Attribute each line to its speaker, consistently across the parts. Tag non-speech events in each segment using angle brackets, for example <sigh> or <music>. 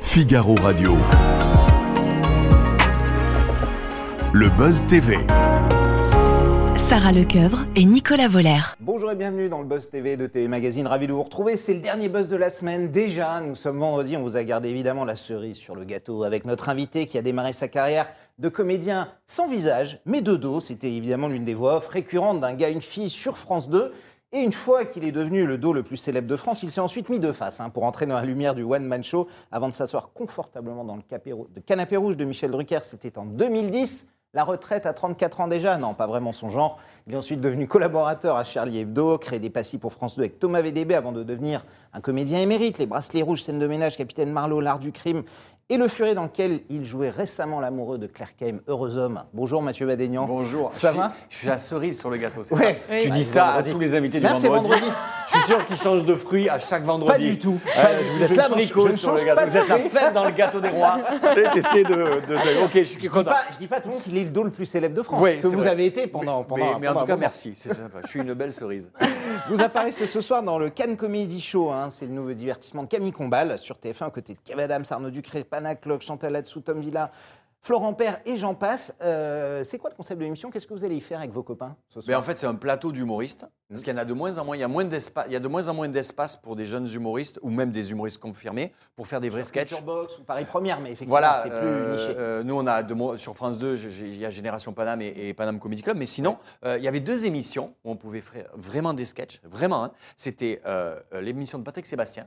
Speaker 1: Figaro Radio. Le Buzz TV.
Speaker 2: Sarah Lecoeuvre et Nicolas Voller.
Speaker 3: Bonjour et bienvenue dans le Buzz TV de TV Magazine. Ravi de vous retrouver. C'est le dernier buzz de la semaine. Déjà, nous sommes vendredi. On vous a gardé évidemment la cerise sur le gâteau avec notre invité qui a démarré sa carrière de comédien sans visage, mais de dos. C'était évidemment l'une des voix off récurrentes d'un gars, une fille sur France 2. Et une fois qu'il est devenu le dos le plus célèbre de France, il s'est ensuite mis de face hein, pour entrer dans la lumière du One Man Show avant de s'asseoir confortablement dans le capé- de canapé rouge de Michel Drucker. C'était en 2010. La retraite à 34 ans déjà, non, pas vraiment son genre. Il est ensuite devenu collaborateur à Charlie Hebdo, créé des passifs pour France 2 avec Thomas VDB avant de devenir un comédien émérite. Les bracelets rouges, scène de ménage, Capitaine Marlowe, l'art du crime et le furet dans lequel il jouait récemment l'amoureux de Claire Kame, Heureux Homme. Bonjour Mathieu Badénian.
Speaker 4: Bonjour.
Speaker 3: Ça
Speaker 4: je
Speaker 3: va
Speaker 4: suis, je suis la cerise sur le gâteau, c'est
Speaker 3: Ouais.
Speaker 4: ça
Speaker 3: Oui.
Speaker 4: Tu
Speaker 3: Ah,
Speaker 4: dis
Speaker 3: c'est
Speaker 4: ça
Speaker 3: vendredi.
Speaker 4: à tous les invités du
Speaker 3: Là, c'est
Speaker 4: vendredi. <laughs>
Speaker 3: vendredi.
Speaker 4: Je suis sûr qu'ils changent de fruits à chaque vendredi.
Speaker 3: Pas du tout.
Speaker 4: Euh,
Speaker 3: Pas du tout.
Speaker 4: vous
Speaker 3: Je
Speaker 4: êtes
Speaker 3: ne change-
Speaker 4: l'abricot
Speaker 3: je ne
Speaker 4: sur le
Speaker 3: change
Speaker 4: gâteau.
Speaker 3: pas de
Speaker 4: Vous êtes la
Speaker 3: fruits.
Speaker 4: fête dans le gâteau des rois. Tu sais, T'essaies de, de, de- Ok, je suis
Speaker 3: Je dis,
Speaker 4: content.
Speaker 3: pas, je dis pas tout le monde qu'il est le dos le plus célèbre de France,
Speaker 4: Ouais,
Speaker 3: que
Speaker 4: c'est
Speaker 3: vous
Speaker 4: vrai.
Speaker 3: avez été pendant,
Speaker 4: Mais-
Speaker 3: pendant,
Speaker 4: mais, mais en
Speaker 3: pendant
Speaker 4: tout
Speaker 3: un
Speaker 4: cas,
Speaker 3: moment.
Speaker 4: merci. C'est sympa. Je suis une belle cerise.
Speaker 3: Vous apparaissez ce soir dans le Cannes Comedy Show, hein, c'est le nouveau divertissement de Camille Combal sur TF1, aux côtés de Kev Adams, Arnaud Ducré, Pana Clock, Chantal Latsou, Tom Villa, Florent Père et j'en passe. Euh, c'est quoi le concept de l'émission Qu'est-ce que vous allez y faire avec vos copains ce
Speaker 4: <laughs> Mais
Speaker 3: soir
Speaker 4: en fait, c'est un plateau d'humoristes. Parce qu'il y en a de moins en moins. Il y a, moins d'espace, il y a de moins en moins d'espace pour des jeunes humoristes ou même des humoristes confirmés pour faire des vrais sketchs.
Speaker 3: Box ou Paris Première, mais effectivement,
Speaker 4: Voilà,
Speaker 3: c'est plus
Speaker 4: euh,
Speaker 3: niché.
Speaker 4: euh, nous on a deux mois- sur France 2, j'ai- j'ai- il y a Génération Paname et, et Paname Comedy Club, mais sinon euh, il y avait deux émissions où on pouvait faire vraiment des sketchs, vraiment. hein. C'était euh, euh, l'émission de Patrick Sébastien.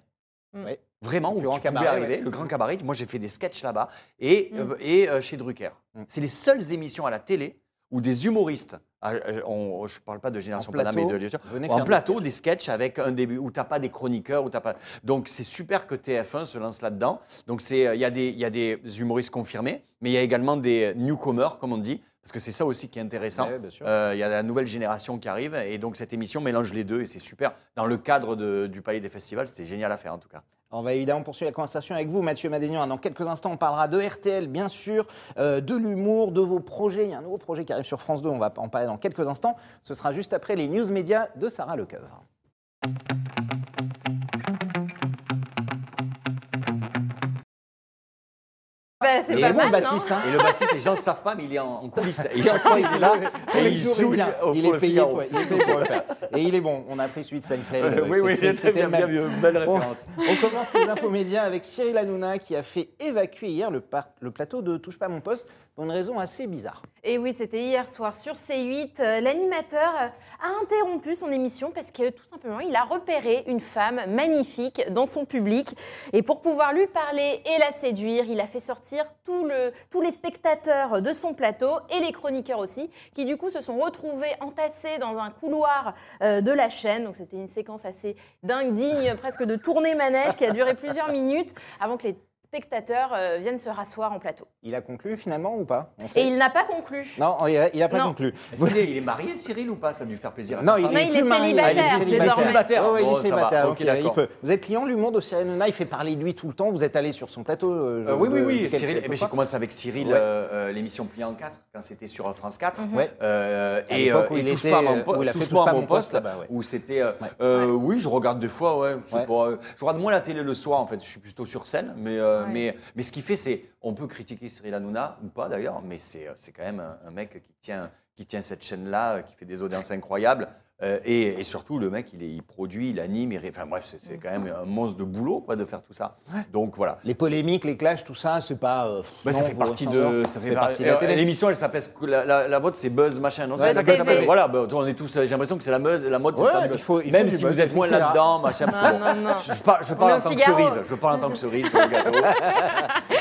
Speaker 3: Ouais.
Speaker 4: Vraiment,
Speaker 3: Le
Speaker 4: où
Speaker 3: grand
Speaker 4: tu pouvais
Speaker 3: cabaret,
Speaker 4: arriver,
Speaker 3: ouais.
Speaker 4: le grand cabaret. Moi, j'ai fait des sketchs là-bas et, euh, et euh, chez Drucker.
Speaker 3: Mm.
Speaker 4: C'est les seules émissions à la télé où des humoristes, ah, euh, on- je ne parle pas de Génération
Speaker 3: plateau,
Speaker 4: Paname et de Lyon-
Speaker 3: venez faire
Speaker 4: en
Speaker 3: des
Speaker 4: plateau,
Speaker 3: sketchs.
Speaker 4: des sketchs avec un début où tu n'as pas des chroniqueurs, où t'as pas... Donc, c'est super que TF1 se lance là-dedans. Donc, c'est, euh, il y, a des- il y a des humoristes confirmés, mais il y a également des newcomers, comme on dit, parce que c'est ça aussi qui est intéressant.
Speaker 3: Ouais, ouais, bien sûr.
Speaker 4: Euh, il y a la nouvelle génération qui arrive, et donc cette émission mélange les deux, et c'est super. Dans le cadre de- du Palais des Festivals, c'était génial à faire, en tout cas.
Speaker 3: On va évidemment poursuivre la conversation avec vous, Mathieu Madénian. Dans quelques instants, on parlera de RTL, bien sûr, euh, de l'humour, de vos projets. Il y a un nouveau projet qui arrive sur France 2, on va en parler dans quelques instants. Ce sera juste après les news médias de Sarah Lecoeur.
Speaker 5: Bah, c'est
Speaker 3: Et
Speaker 5: pas
Speaker 3: bon,
Speaker 5: mal,
Speaker 3: bassiste, hein
Speaker 4: <laughs> Et le bassiste, les gens ne savent pas, mais il est en,
Speaker 3: <laughs>
Speaker 4: en coulisses. Et
Speaker 3: Puis
Speaker 4: chaque fois, il est là,
Speaker 3: tous
Speaker 4: et
Speaker 3: les
Speaker 4: il
Speaker 3: jours,
Speaker 4: souille
Speaker 3: vient.
Speaker 4: au-
Speaker 3: il
Speaker 4: pour
Speaker 3: est
Speaker 4: le
Speaker 3: payé
Speaker 4: Figaro.
Speaker 3: pour, il est payé pour le faire. Et il est bon, on a pris celui de Seinfeld.
Speaker 4: Euh,
Speaker 3: euh,
Speaker 4: <laughs> oui, oui,
Speaker 3: c'est-
Speaker 4: c'est
Speaker 3: c'était
Speaker 4: bien,
Speaker 3: le même.
Speaker 4: bien, bien, belle
Speaker 3: On,
Speaker 4: référence.
Speaker 3: on commence les infos médias avec Cyril Hanouna qui a fait évacuer hier le, par- le plateau de Touche pas à mon poste pour une raison assez bizarre.
Speaker 5: Et oui, c'était hier soir sur C8. Euh, L'animateur euh, a interrompu son émission parce que tout simplement, il a repéré une femme magnifique dans son public. Et pour pouvoir lui parler et la séduire, il a fait sortir tout le- tous les spectateurs de son plateau et les chroniqueurs aussi, qui du coup se sont retrouvés entassés dans un couloir euh, de la chaîne. Donc c'était une séquence assez dingue, digne euh, presque de tournée manège qui a duré plusieurs minutes avant que les spectateurs euh, viennent se rasseoir en plateau.
Speaker 3: Il a conclu finalement ou pas On sait.
Speaker 5: Et il n'a pas conclu.
Speaker 3: Non, il a, il a pas
Speaker 5: Non.
Speaker 3: conclu.
Speaker 4: Est-ce qu'il est- il est marié, Cyril, ou pas Ça a dû faire plaisir à
Speaker 3: Non,
Speaker 4: sa
Speaker 3: il
Speaker 4: femme.
Speaker 5: Non,
Speaker 3: est,
Speaker 5: il
Speaker 3: plus
Speaker 5: est
Speaker 3: marié.
Speaker 5: célibataire,
Speaker 3: Ah, il est
Speaker 5: désormais.
Speaker 3: Oh, ouais, il
Speaker 4: Bon,
Speaker 3: est
Speaker 4: ça va.
Speaker 3: célibataire.
Speaker 4: Ok,
Speaker 3: ok, il
Speaker 4: d'accord.
Speaker 3: peut. Vous êtes client de l'humour de Cyril Hanouna. Il fait parler de lui tout le temps. Vous êtes allé sur son plateau. euh, je-
Speaker 4: Euh, oui, oui,
Speaker 3: de-
Speaker 4: oui.
Speaker 3: de quelque-
Speaker 4: Cyril, eh
Speaker 3: quelque
Speaker 4: ben, j'ai
Speaker 3: part.
Speaker 4: commencé avec Cyril
Speaker 3: Ouais.
Speaker 4: euh, euh, l'émission Plié en 4 quand c'était sur France 4.
Speaker 3: Ouais.
Speaker 4: Euh,
Speaker 3: À
Speaker 4: et
Speaker 3: l'époque
Speaker 4: euh,
Speaker 3: où
Speaker 4: et
Speaker 3: il
Speaker 4: touche
Speaker 3: était,
Speaker 4: pas à mon,
Speaker 3: euh,
Speaker 4: po-
Speaker 3: où il a fait
Speaker 4: touche
Speaker 3: Touche
Speaker 4: pas à
Speaker 3: pas à
Speaker 4: mon
Speaker 3: mon
Speaker 4: poste,
Speaker 3: poste, là-bas, ouais.
Speaker 4: où c'était. euh, euh, Oui, je regarde des fois, ouais. je sais
Speaker 3: Ouais.
Speaker 4: pas, euh, je regarde moins la télé le soir, en fait. Je suis plutôt sur scène. Mais, euh,
Speaker 5: Ouais.
Speaker 4: mais, mais ce qui fait, c'est. On peut critiquer Cyril Hanouna, ou pas d'ailleurs, mais c'est euh, c'est quand même un, un mec qui tient, qui tient cette chaîne-là, euh, qui fait des audiences incroyables. Euh, et, et surtout, le mec, il, est- il produit, il anime, il ré- enfin bref, c'est c'est quand même un monstre de boulot quoi, de faire tout ça. Donc voilà.
Speaker 3: Les polémiques, les clashs, tout ça, c'est pas. euh,
Speaker 4: Bah, ça
Speaker 3: non,
Speaker 4: fait
Speaker 3: pour
Speaker 4: partie
Speaker 3: l'instant,
Speaker 4: de,
Speaker 3: non.
Speaker 4: ça fait partie de la télé. L'émission, elle s'appelle la, la, la vôtre, c'est Buzz machin. Non,
Speaker 3: Ouais,
Speaker 4: c'est ça
Speaker 3: Buzz
Speaker 4: qu'elle s'appelle.
Speaker 5: TV.
Speaker 4: Voilà, bah, on est tous. J'ai l'impression que c'est la mode, la mode. c'est
Speaker 3: Ouais,
Speaker 4: pas
Speaker 3: il
Speaker 4: Buzz.
Speaker 3: faut- il faut
Speaker 4: Même
Speaker 3: du
Speaker 4: si
Speaker 3: Buzz,
Speaker 4: vous êtes moins
Speaker 3: c'est clair.
Speaker 4: là-dedans, machin. parce que
Speaker 5: Non, non, non.
Speaker 4: Je, je parle, je parle
Speaker 5: Le
Speaker 4: en tant que
Speaker 5: Figaro.
Speaker 4: cerise. Je parle en tant que cerise sur le gâteau.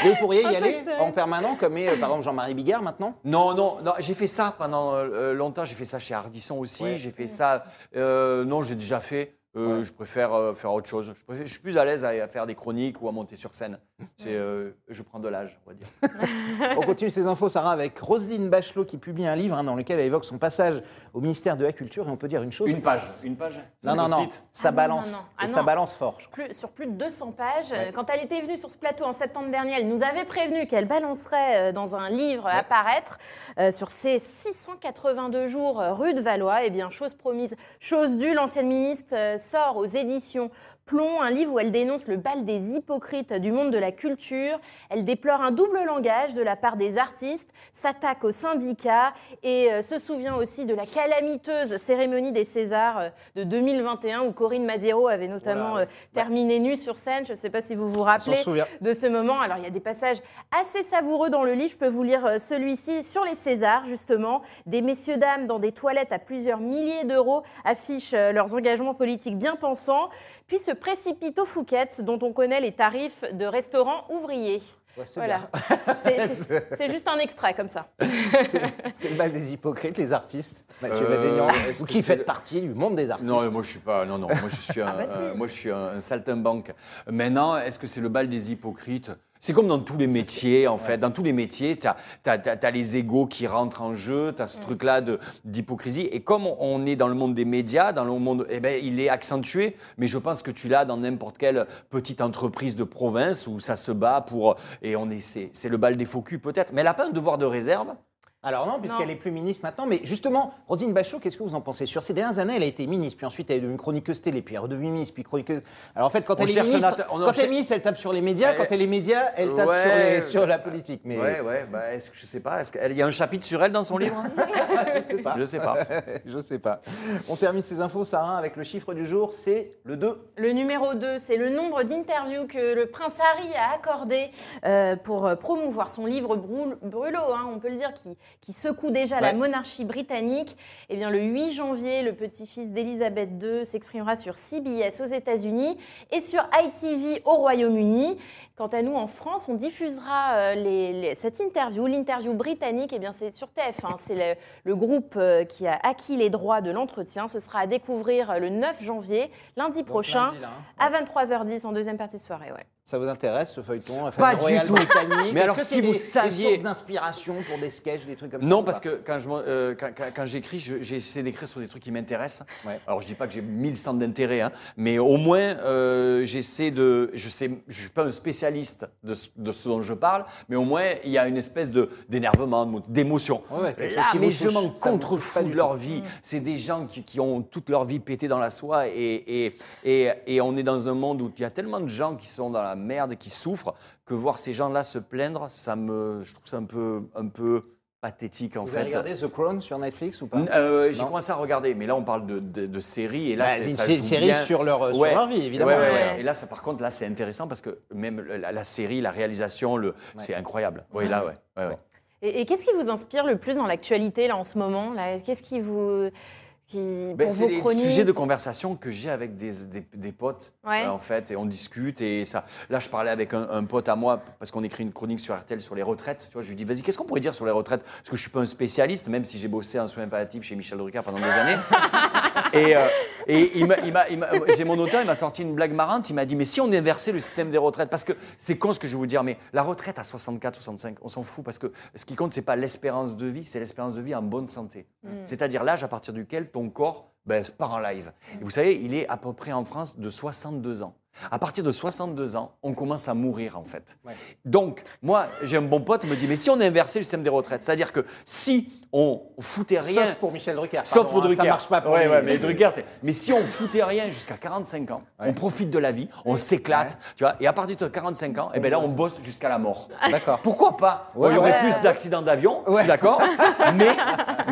Speaker 3: Et vous pourriez
Speaker 5: Ah,
Speaker 3: y aller
Speaker 5: Excellent.
Speaker 3: en permanent, comme est euh, par exemple Jean-Marie Bigard maintenant
Speaker 4: <laughs> Non, non, non. J'ai fait ça pendant euh, longtemps. J'ai fait ça chez Ardisson aussi.
Speaker 3: Ouais.
Speaker 4: J'ai fait ça. euh, non, j'ai déjà fait. Euh, Je préfère euh, faire autre chose. Je, préfère- je suis plus à l'aise à, à faire des chroniques ou à monter sur scène. C'est, euh, je prends de l'âge, on va dire.
Speaker 3: On continue ces infos, Sarah, avec Roselyne Bachelot qui publie un livre hein, dans lequel elle évoque son passage au ministère de la Culture et on peut dire une chose.
Speaker 4: Une page, une page.
Speaker 3: Non, non, non. Ça
Speaker 5: Ah non,
Speaker 3: balance.
Speaker 5: non, non. Ah
Speaker 3: et
Speaker 5: non.
Speaker 3: ça balance fort. je crois.
Speaker 5: Plus- sur plus de 200 pages. Euh, Quand elle était venue sur ce plateau en septembre dernier, elle nous avait prévenu qu'elle balancerait euh, dans un livre à paraître euh, sur ses 682 jours euh, rue de Valois. Eh bien, chose promise, chose due, l'ancienne ministre euh, sort aux éditions Plomb, un livre où elle dénonce le bal des hypocrites du monde de la culture. Elle déplore un double langage de la part des artistes, s'attaque aux syndicats et euh, se souvient aussi de la calamiteuse cérémonie des Césars euh, de 2021 où Corinne Mazero avait notamment
Speaker 4: Voilà, ouais.
Speaker 5: euh, terminé nue sur scène. Je ne sais pas si vous vous
Speaker 3: On s'en
Speaker 5: rappelez
Speaker 3: souvient.
Speaker 5: de ce moment. Alors, il y a des passages assez savoureux dans le livre. Je peux vous lire euh, celui-ci sur les Césars, justement. Des messieurs, dames dans des toilettes à plusieurs milliers d'euros affichent euh, leurs engagements politiques bien pensants. Puis ce précipito Fouquet's, dont on connaît les tarifs de restaurants ouvriers.
Speaker 3: Ouais, c'est
Speaker 5: Voilà.
Speaker 3: bien.
Speaker 5: <laughs>
Speaker 3: <laughs>
Speaker 5: C'est- C'est c'est juste un extrait comme ça.
Speaker 3: C'est- C'est le bal des hypocrites, les artistes. Mathieu
Speaker 4: Euh,
Speaker 3: Ladignan,
Speaker 4: est-ce
Speaker 3: vous
Speaker 4: que
Speaker 3: qui
Speaker 4: c'est
Speaker 3: faites
Speaker 4: le-
Speaker 3: partie du monde des artistes.
Speaker 4: Non, moi je suis pas. Non, non, moi je
Speaker 5: <laughs>
Speaker 4: suis un,
Speaker 5: bah si.
Speaker 4: un- moi, je suis un, un saltimbanque. Maintenant, est-ce que c'est le bal des hypocrites C'est comme dans tous les métiers, en fait. Dans tous les métiers, tu as, les égaux qui rentrent en jeu, tu as
Speaker 5: Mm.
Speaker 4: ce truc-là de- d'hypocrisie. Et comme on- on est dans le monde des médias, dans le monde. Eh ben, il est accentué, mais je pense que tu l'as dans n'importe quelle petite entreprise de province où ça se bat pour. Et on est. C'est c'est le bal des faux culs, peut-être. Mais elle n'a pas un devoir de réserve
Speaker 3: Alors non, puisqu'elle
Speaker 5: Non.
Speaker 3: est plus ministre maintenant, mais justement, Rosine Bachelot, qu'est-ce que vous en pensez Sur ces dernières années, elle a été ministre, puis ensuite elle est devenue chroniqueuse télé, puis elle est redevenue ministre, puis chroniqueuse... Alors en fait, quand,
Speaker 4: On
Speaker 3: elle est,
Speaker 4: cherche un
Speaker 3: ministre,
Speaker 4: atta- on en
Speaker 3: quand elle est
Speaker 4: cherche-
Speaker 3: ministre, elle tape sur les médias,
Speaker 4: Euh,
Speaker 3: quand elle est média, elle tape sur,
Speaker 4: ouais.
Speaker 3: les- sur la politique. Mais
Speaker 4: Ouais, ouais. Bah, est-ce que, je sais pas. Est-ce qu'elle- Il y a un chapitre sur elle dans son livre
Speaker 3: <laughs> je sais pas.
Speaker 4: Je sais pas.
Speaker 3: Je sais pas. On termine ces infos, Sarah, avec le chiffre du jour, c'est le 2.
Speaker 5: Le numéro 2, c'est le nombre d'interviews que le prince Harry a accordé euh, pour euh, promouvoir son livre Brûl- Brûlot, hein, on peut le dire, qui, qui secoue déjà la
Speaker 3: Ouais.
Speaker 5: monarchie britannique. Eh bien, le 8 janvier, le petit-fils d'Elisabeth II s'exprimera sur CBS aux États-Unis et sur ITV au Royaume-Uni. Quant à nous, en France, on diffusera euh, les- les- cette interview, l'interview britannique, eh bien, c'est sur TF1. C'est le, le groupe euh, qui a acquis les droits de l'entretien. Ce sera à découvrir euh, le 9 janvier, lundi prochain à 23h10 en deuxième partie de soirée. Ouais.
Speaker 3: hein. Ça vous intéresse ce feuilleton la
Speaker 4: Pas
Speaker 3: famille
Speaker 4: du
Speaker 3: royale
Speaker 4: tout.
Speaker 3: britannique
Speaker 4: Mais
Speaker 3: Est-ce
Speaker 4: alors,
Speaker 3: que
Speaker 4: si
Speaker 3: c'est
Speaker 4: vous
Speaker 3: des- des
Speaker 4: saviez-
Speaker 3: sources d'inspiration pour des sketchs, des trucs comme ça
Speaker 4: Non,
Speaker 3: ou
Speaker 4: parce
Speaker 3: pas
Speaker 4: que quand je m'en- euh, quand, quand- quand j'écris, je- j'essaie d'écrire sur des trucs qui m'intéressent. Alors je dis pas que j'ai 1000 centres d'intérêt, hein, mais au moins euh, j'essaie de. Je sais, je suis pas un spécialiste de, ce- de ce dont je parle, mais au moins il y a une espèce de d'énervement, de mo- d'émotion.
Speaker 3: Ouais, ouais, quelque
Speaker 4: Là,
Speaker 3: chose qui vous
Speaker 4: Ah, mais je
Speaker 3: touche. Ça
Speaker 4: m'en
Speaker 3: vous touche pas
Speaker 4: contrefous
Speaker 3: du
Speaker 4: de
Speaker 3: tout.
Speaker 4: leur vie. C'est des gens qui, qui ont toute leur vie pété dans la soie et, et, et, et on est dans un monde où il y a tellement de gens qui sont dans la merde, qui souffrent, que voir ces gens-là se plaindre, ça me, je trouve ça un peu, un peu pathétique en
Speaker 3: Vous avez
Speaker 4: fait.
Speaker 3: regardé The Crown sur Netflix ou pas
Speaker 4: N- euh, J'ai
Speaker 3: Non.
Speaker 4: commencé à regarder, mais là on parle de, de, de séries et là
Speaker 3: Bah,
Speaker 4: c'est-
Speaker 3: une
Speaker 4: ça
Speaker 3: sé-
Speaker 4: joue
Speaker 3: série
Speaker 4: bien.
Speaker 3: sur leur, euh, sur
Speaker 4: Ouais.
Speaker 3: leur vie, évidemment. euh,
Speaker 4: Ouais, ouais, ouais.
Speaker 5: Ouais.
Speaker 4: Et là, ça, par contre, là, c'est intéressant parce que même le- la, la série, la réalisation, le, c'est incroyable. Oui, là, ouais. ouais, ouais.
Speaker 5: Et, et qu'est-ce qui vous inspire le plus dans l'actualité là en ce moment là Qu'est-ce qui vous qui,
Speaker 4: Ben,
Speaker 5: pour
Speaker 4: c'est
Speaker 5: vos
Speaker 4: des
Speaker 5: chroniques
Speaker 4: sujets de conversation que j'ai avec des, des- des potes,
Speaker 5: Ouais.
Speaker 4: euh, en fait, et on discute. Et ça, là, je parlais avec un, un pote à moi, parce qu'on écrit une chronique sur RTL sur les retraites. Tu vois, je lui dis, vas-y, qu'est-ce qu'on pourrait dire sur les retraites Parce que je suis pas un spécialiste, même si j'ai bossé en soins palliatifs chez Michel Drucker pendant des
Speaker 5: <laughs>
Speaker 4: années. <laughs> et euh, et il m'a- il m'a- il m'a- j'ai mon auteur, il m'a sorti une blague marrante. Il m'a dit, mais si on inversait le système des retraites, parce que c'est con ce que je vais vous dire, mais la retraite à 64, 65, on s'en fout, parce que ce qui compte, c'est pas l'espérance de vie, c'est l'espérance de vie en bonne santé.
Speaker 3: Mm.
Speaker 4: C'est-à-dire l'âge à partir duquel ton corps ben, part en live.
Speaker 3: Mm.
Speaker 4: Et vous savez, il est à peu près en France de 62 ans. À partir de 62 ans, on commence à mourir en fait. Donc, moi, j'ai un bon pote me dit, mais si on inversait le système des retraites, c'est-à-dire que si on foutait rien,
Speaker 3: Sauf pour Michel Drucker.
Speaker 4: Sauf
Speaker 3: pardon,
Speaker 4: pour
Speaker 3: hein,
Speaker 4: Drucker.
Speaker 3: Ça marche pas pour
Speaker 4: Ouais,
Speaker 3: lui.
Speaker 4: ouais, mais Drucker, c'est. Mais si on foutait rien jusqu'à 45 ans, on profite de la vie, on s'éclate, tu vois. Et à partir de 45 ans, et ben là, on bosse jusqu'à la mort.
Speaker 3: <laughs> D'accord.
Speaker 4: Pourquoi pas Il y
Speaker 3: Ouais,
Speaker 4: aurait
Speaker 3: ouais.
Speaker 4: plus d'accidents d'avion, je
Speaker 3: <laughs>
Speaker 4: suis d'accord. mais,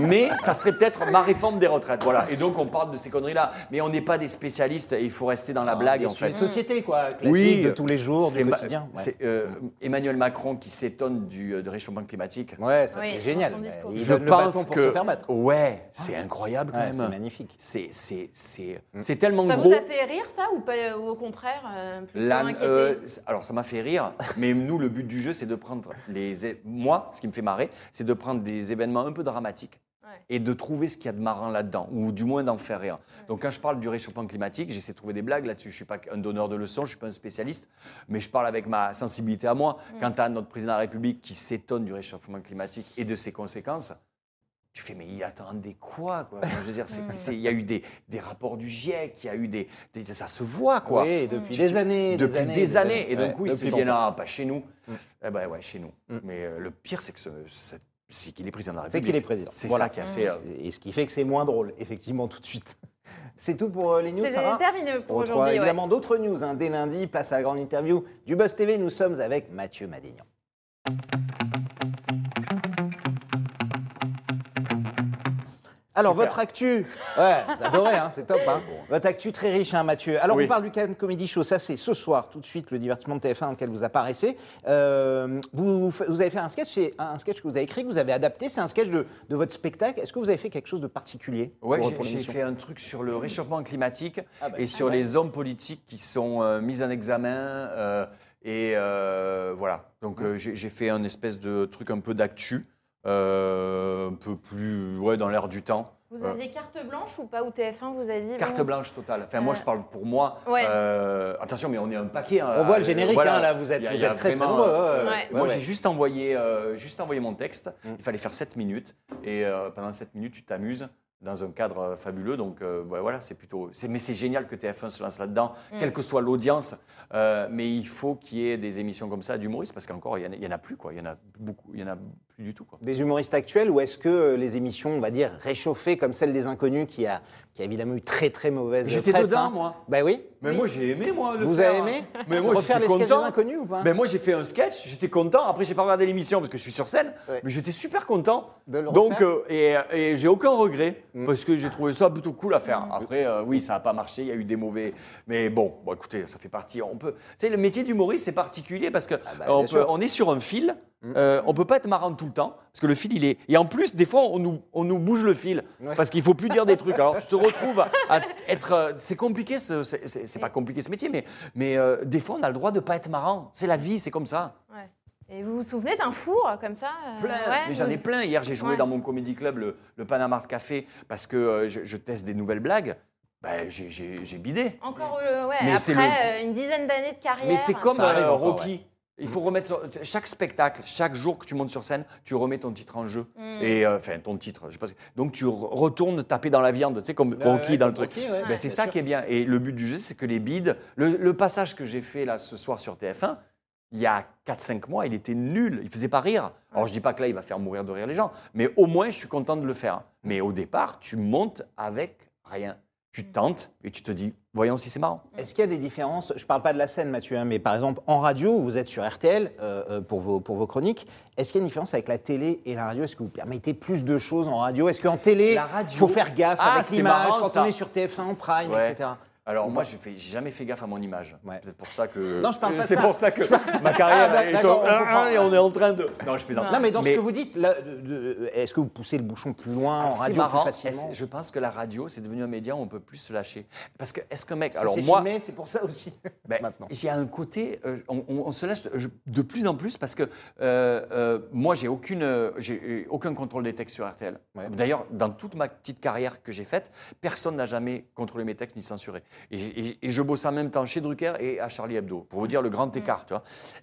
Speaker 4: mais ça serait peut-être ma réforme des retraites, voilà. Et donc on parle de ces conneries-là, mais on n'est pas des spécialistes. Et il faut rester dans la blague,
Speaker 3: Des
Speaker 4: en
Speaker 3: sujets
Speaker 4: fait.
Speaker 3: de société, quoi. Classique
Speaker 4: Oui, euh,
Speaker 3: de tous les jours,
Speaker 4: c'est
Speaker 3: du
Speaker 4: ma-
Speaker 3: quotidien. Ouais.
Speaker 4: C'est euh, Emmanuel Macron qui s'étonne du euh, du réchauffement climatique.
Speaker 3: Ouais, ça,
Speaker 5: Oui,
Speaker 3: c'est
Speaker 5: dans
Speaker 3: génial.
Speaker 5: son
Speaker 3: Mais
Speaker 5: discours.
Speaker 3: il
Speaker 4: Je
Speaker 3: donne le
Speaker 4: pense
Speaker 3: bâton pour
Speaker 4: que
Speaker 3: se faire battre.
Speaker 4: ouais, c'est incroyable quand
Speaker 3: Ouais,
Speaker 4: même.
Speaker 3: c'est magnifique.
Speaker 4: C'est c'est c'est c'est tellement
Speaker 5: Ça
Speaker 4: gros.
Speaker 5: vous a fait rire ça ou, pas, ou au contraire euh, plutôt
Speaker 4: La-
Speaker 5: inquiété
Speaker 4: euh, c'est- alors ça m'a fait rire, mais nous le but du jeu c'est de prendre les é- moi ce qui me fait marrer c'est de prendre des événements un peu dramatiques
Speaker 5: Ouais.
Speaker 4: et de trouver ce qu'il y a de marrant là-dedans ou du moins d'en faire rire. Donc quand je parle du réchauffement climatique j'essaie de trouver des blagues là-dessus. Je suis pas un donneur de leçons, je suis pas un spécialiste, mais je parle avec ma sensibilité à moi. Quant à notre président de la République qui s'étonne du réchauffement climatique et de ses conséquences, tu fais, mais il attendait quoi, quoi Enfin, Je veux dire, c'est- c'est- il y a eu des, des rapports du GIEC, il y a eu des, des- Ça se voit, quoi.
Speaker 3: Oui, depuis
Speaker 4: Tu-
Speaker 3: des
Speaker 4: tu-
Speaker 3: années.
Speaker 4: Depuis des années. Et
Speaker 3: Ouais,
Speaker 4: donc, oui,
Speaker 3: depuis
Speaker 4: c'est bien,
Speaker 3: longtemps.
Speaker 4: là, pas chez nous. Eh ben ouais, chez nous.
Speaker 3: Mm.
Speaker 4: Mais euh, le pire, c'est que ce- c'est c'est qu'il est président de la
Speaker 3: C'est
Speaker 4: République.
Speaker 3: qu'il est président.
Speaker 4: C'est
Speaker 3: Voilà.
Speaker 4: ça qui est assez. euh,
Speaker 3: Et ce qui fait que c'est moins drôle, effectivement, tout de suite. C'est tout pour euh, les news,
Speaker 5: C'est
Speaker 3: Sarah
Speaker 5: terminé pour
Speaker 3: On retrouvera
Speaker 5: aujourd'hui. ouais.
Speaker 3: évidemment d'autres news hein, dès lundi. Place à la grande interview du Buzz TV. Nous sommes avec Mathieu Madénian. Alors,
Speaker 4: Super.
Speaker 3: votre actu, ouais, vous adorez, hein, c'est top. hein. Votre actu très riche, hein, Mathieu. Alors,
Speaker 4: Oui.
Speaker 3: on parle du Cannes Comedy Show, ça c'est ce soir, tout de suite, le divertissement de TF1 dans lequel vous apparaissez. Euh, vous, vous avez fait un sketch, c'est un sketch que vous avez écrit, que vous avez adapté, c'est un sketch de, de votre spectacle. Est-ce que vous avez fait quelque chose de particulier
Speaker 4: Ouais,
Speaker 3: pour,
Speaker 4: j'ai-
Speaker 3: pour
Speaker 4: j'ai
Speaker 3: l'émission Mm.
Speaker 4: fait un truc sur le réchauffement climatique
Speaker 3: bah.
Speaker 4: et sur les hommes politiques qui sont euh, mis en examen. euh, et euh, voilà. Donc
Speaker 3: Mm.
Speaker 4: euh, j'ai j'ai fait un espèce de truc un peu d'actu, euh, un peu plus ouais, dans l'air du temps.
Speaker 5: Vous
Speaker 4: Euh,
Speaker 5: aviez carte blanche ou pas Ou TF1 vous a dit
Speaker 4: Carte
Speaker 5: bon,
Speaker 4: blanche totale. Enfin, moi,
Speaker 5: Euh,
Speaker 4: je parle pour moi.
Speaker 5: ouais.
Speaker 4: Euh, attention, mais on est un paquet. hein.
Speaker 3: On voit le
Speaker 4: Euh,
Speaker 3: générique, hein, là, vous êtes-
Speaker 4: Il y a-
Speaker 3: vous
Speaker 4: il y a
Speaker 3: êtes très, très
Speaker 4: vraiment,
Speaker 3: nombreux,
Speaker 4: euh,
Speaker 5: ouais, ouais.
Speaker 4: Moi,
Speaker 3: Ouais, ouais. Mm.
Speaker 4: j'ai juste, envoyé, euh, juste envoyé mon texte. Il fallait faire 7 minutes. Et euh, pendant 7 minutes, tu t'amuses dans un cadre euh, fabuleux. Donc, euh, ouais, voilà, c'est plutôt. c'est- Mais c'est génial que TF1 se lance là-dedans,
Speaker 3: Mm.
Speaker 4: quelle que soit l'audience. Euh, mais il faut qu'il y ait des émissions comme ça d'humoristes, parce qu'encore, il n'y en, a plus, quoi. Il y en a beaucoup. Il y en a plus du tout, quoi.
Speaker 3: des humoristes actuels ou est-ce que euh, les émissions, on va dire, réchauffées comme celle des Inconnus qui a, qui a évidemment eu très très mauvaise
Speaker 4: J'étais
Speaker 3: presse,
Speaker 4: dedans,
Speaker 3: hein.
Speaker 4: moi.
Speaker 3: Ben oui.
Speaker 4: Mais moi, j'ai aimé, moi. le
Speaker 3: Vous
Speaker 4: faire,
Speaker 3: avez
Speaker 4: hein.
Speaker 3: aimé
Speaker 4: <laughs> Mais moi,
Speaker 3: Refaire
Speaker 4: j'étais
Speaker 3: les sketchs des
Speaker 4: content.
Speaker 3: inconnus ou pas
Speaker 4: Ben, moi, j'ai fait un sketch, j'étais content. Après, j'ai pas regardé l'émission parce que je suis sur scène,
Speaker 3: Ouais.
Speaker 4: mais j'étais super content.
Speaker 3: De le
Speaker 4: Donc,
Speaker 3: refaire Mm.
Speaker 4: euh, et, et j'ai aucun regret parce que j'ai trouvé ça plutôt cool à faire. Après, euh, oui, ça n'a pas marché, il y a eu des mauvais. Mais bon, bon, écoutez, ça fait partie. On peut. Tu sais, le métier d'humoriste, c'est particulier parce que
Speaker 3: bah,
Speaker 4: euh, on,
Speaker 3: bien
Speaker 4: peut-
Speaker 3: sûr. Mm.
Speaker 4: on est sur un fil. euh, on peut pas être marrant tout le temps parce que le fil il est et en plus des fois on nous, on nous bouge le fil
Speaker 3: Ouais.
Speaker 4: parce qu'il faut plus dire des trucs alors
Speaker 3: <laughs>
Speaker 4: tu te retrouves à, à être euh, c'est compliqué ce, c'est- c'est c'est pas compliqué ce métier mais mais euh, des fois on a le droit de pas être marrant c'est la vie c'est comme ça
Speaker 5: ouais. Et vous vous souvenez d'un four comme ça euh,
Speaker 4: plein.
Speaker 5: ouais,
Speaker 4: mais j'en ai
Speaker 5: vous-
Speaker 4: plein. Hier, j'ai joué
Speaker 5: Ouais.
Speaker 4: dans mon comédie club le, le Panama de Café parce que euh, je, je teste des nouvelles blagues. Ben, j'ai- j'ai j'ai bidé.
Speaker 5: Encore, euh, ouais,
Speaker 4: Mais c'est
Speaker 5: après
Speaker 4: le-
Speaker 5: euh, une dizaine d'années de carrière.
Speaker 4: Mais c'est comme
Speaker 3: Ça arrive
Speaker 4: euh,
Speaker 3: encore, Mm.
Speaker 4: Rocky. Il faut remettre sur- chaque spectacle, chaque jour que tu montes sur scène, tu remets ton titre en jeu
Speaker 5: Mm. Mmh.
Speaker 4: et euh, enfin ton titre. Je sais pas ce que- donc tu re- retournes taper dans la viande, tu sais comme
Speaker 3: Ouais,
Speaker 4: Rocky
Speaker 3: ouais,
Speaker 4: dans le
Speaker 3: comme
Speaker 4: truc.
Speaker 3: Rocky, ouais.
Speaker 4: Ben,
Speaker 3: Ouais,
Speaker 4: c'est
Speaker 3: bien
Speaker 4: ça
Speaker 3: sûr.
Speaker 4: qui est bien. Et le but du jeu, c'est que les bides, le, le passage que j'ai fait là ce soir sur TF1, il y a 4-5 mois, il était nul, il faisait pas rire. Alors je dis pas que là il va faire mourir de rire les gens, mais au moins je suis content de le faire. hein.
Speaker 3: Mm.
Speaker 4: Mais au départ, tu montes avec rien. Tu
Speaker 3: Mm.
Speaker 4: tentes et tu te dis, voyons si c'est marrant.
Speaker 3: Est-ce qu'il y a des différences Je parle pas de la scène, Mathieu, hein, mais par exemple en radio, vous êtes sur RTL euh, euh, pour, vos, pour vos chroniques. Est-ce qu'il y a une différence avec la télé et la radio Est-ce que vous permettez plus de choses en radio Est-ce qu'en télé,
Speaker 4: La radio-
Speaker 3: faut faire gaffe
Speaker 4: Ah,
Speaker 3: avec
Speaker 4: c'est
Speaker 3: l'image
Speaker 4: marrant,
Speaker 3: quand
Speaker 4: ça.
Speaker 3: on est sur TF1, Prime,
Speaker 4: Ouais.
Speaker 3: etc.
Speaker 4: Alors moi, je n'ai jamais fait gaffe à mon image.
Speaker 3: Ouais.
Speaker 4: C'est peut-être pour ça que.
Speaker 3: Non, je
Speaker 4: <laughs>
Speaker 3: parle pas de
Speaker 4: C'est
Speaker 3: ça.
Speaker 4: pour ça que ma carrière
Speaker 3: Ah,
Speaker 4: est
Speaker 3: d'accord,
Speaker 4: au
Speaker 3: on comprend.
Speaker 4: <laughs> et on est en train de. Non, je plaisante.
Speaker 3: Non, mais dans ce que vous dites, là, de- de- euh, est-ce que vous poussez le bouchon plus loin en
Speaker 4: Alors, Ah, c'est
Speaker 3: radio
Speaker 4: marrant.
Speaker 3: plus facilement
Speaker 4: Est-ce- Je pense que la radio, c'est devenu un média où on peut plus se lâcher. Parce que est-ce que mec,
Speaker 3: Alors
Speaker 4: alors moi,
Speaker 3: filmé, c'est pour ça aussi. <laughs>
Speaker 4: ben,
Speaker 3: maintenant.
Speaker 4: j'ai un côté, euh, on, on- on se lâche de, je- de plus en plus parce que euh, euh, moi, j'ai aucune, euh, j'ai eu aucun contrôle des textes sur RTL.
Speaker 3: Ouais.
Speaker 4: D'ailleurs, dans toute ma petite carrière que j'ai faite, personne n'a jamais contrôlé mes textes ni censuré. Et, et- et je bosse en même temps chez Drucker et à Charlie Hebdo, pour vous dire le grand écart, tu vois.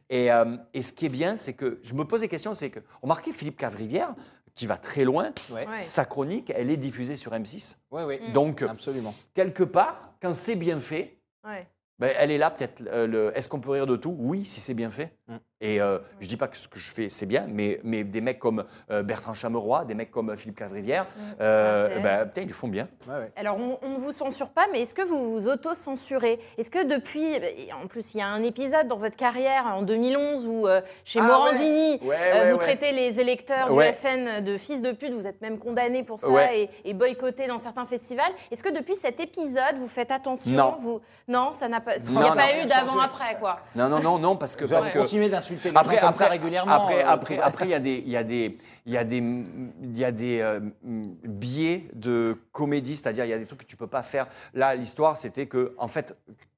Speaker 4: Et, euh, et ce qui est bien, c'est que je me pose des questions, c'est que remarquez Philippe Cavrivière qui va très loin.
Speaker 3: Ouais.
Speaker 5: Ouais. Mm.
Speaker 4: Sa chronique, elle est diffusée sur M6.
Speaker 3: Oui, oui.
Speaker 4: Donc,
Speaker 3: Absolument.
Speaker 4: quelque part, quand c'est bien fait,
Speaker 5: Ouais.
Speaker 4: ben, elle est là peut-être. euh, le- Est-ce qu'on peut rire de tout Oui, si c'est bien fait.
Speaker 3: Mm.
Speaker 4: Et euh, je dis pas que ce que je fais c'est bien, mais, mais des mecs comme euh, Bertrand Chameroy, des mecs comme euh, Philippe Cavrivière,
Speaker 5: Mm.
Speaker 4: euh,
Speaker 5: c'est vrai.
Speaker 4: ben, putain, ils le font bien.
Speaker 3: Ouais, ouais.
Speaker 5: Alors, on on ne vous censure pas, mais est-ce que vous vous auto-censurez Est-ce que depuis. et En plus, il y a un épisode dans votre carrière en 2011 où, euh, chez
Speaker 4: Ah
Speaker 5: Morandini,
Speaker 4: ouais. Ouais,
Speaker 5: euh,
Speaker 4: ouais,
Speaker 5: vous
Speaker 4: ouais.
Speaker 5: traitez les électeurs
Speaker 4: Ouais.
Speaker 5: du FN de fils de pute, vous êtes même condamné pour ça
Speaker 4: Ouais.
Speaker 5: et, et boycotté dans certains festivals. Est-ce que depuis cet épisode, vous faites attention
Speaker 4: Non.
Speaker 5: vous... non ça n'a pas. Il n'y
Speaker 4: Non, non,
Speaker 5: a pas
Speaker 4: rien
Speaker 5: eu
Speaker 3: changé.
Speaker 5: d'avant-après, quoi.
Speaker 4: Non, non, non, non, parce que
Speaker 3: Parce
Speaker 4: parce que
Speaker 3: continuer d'insulter les gens comme ça régulièrement.
Speaker 4: Après,
Speaker 3: euh,
Speaker 4: après,
Speaker 3: tout-
Speaker 4: après, il y a des, il y a des, il y a des, il y a des euh, mm, biais de comédie, c'est-à-dire il y a des trucs que tu peux pas faire. Là, l'histoire, c'était que, en fait.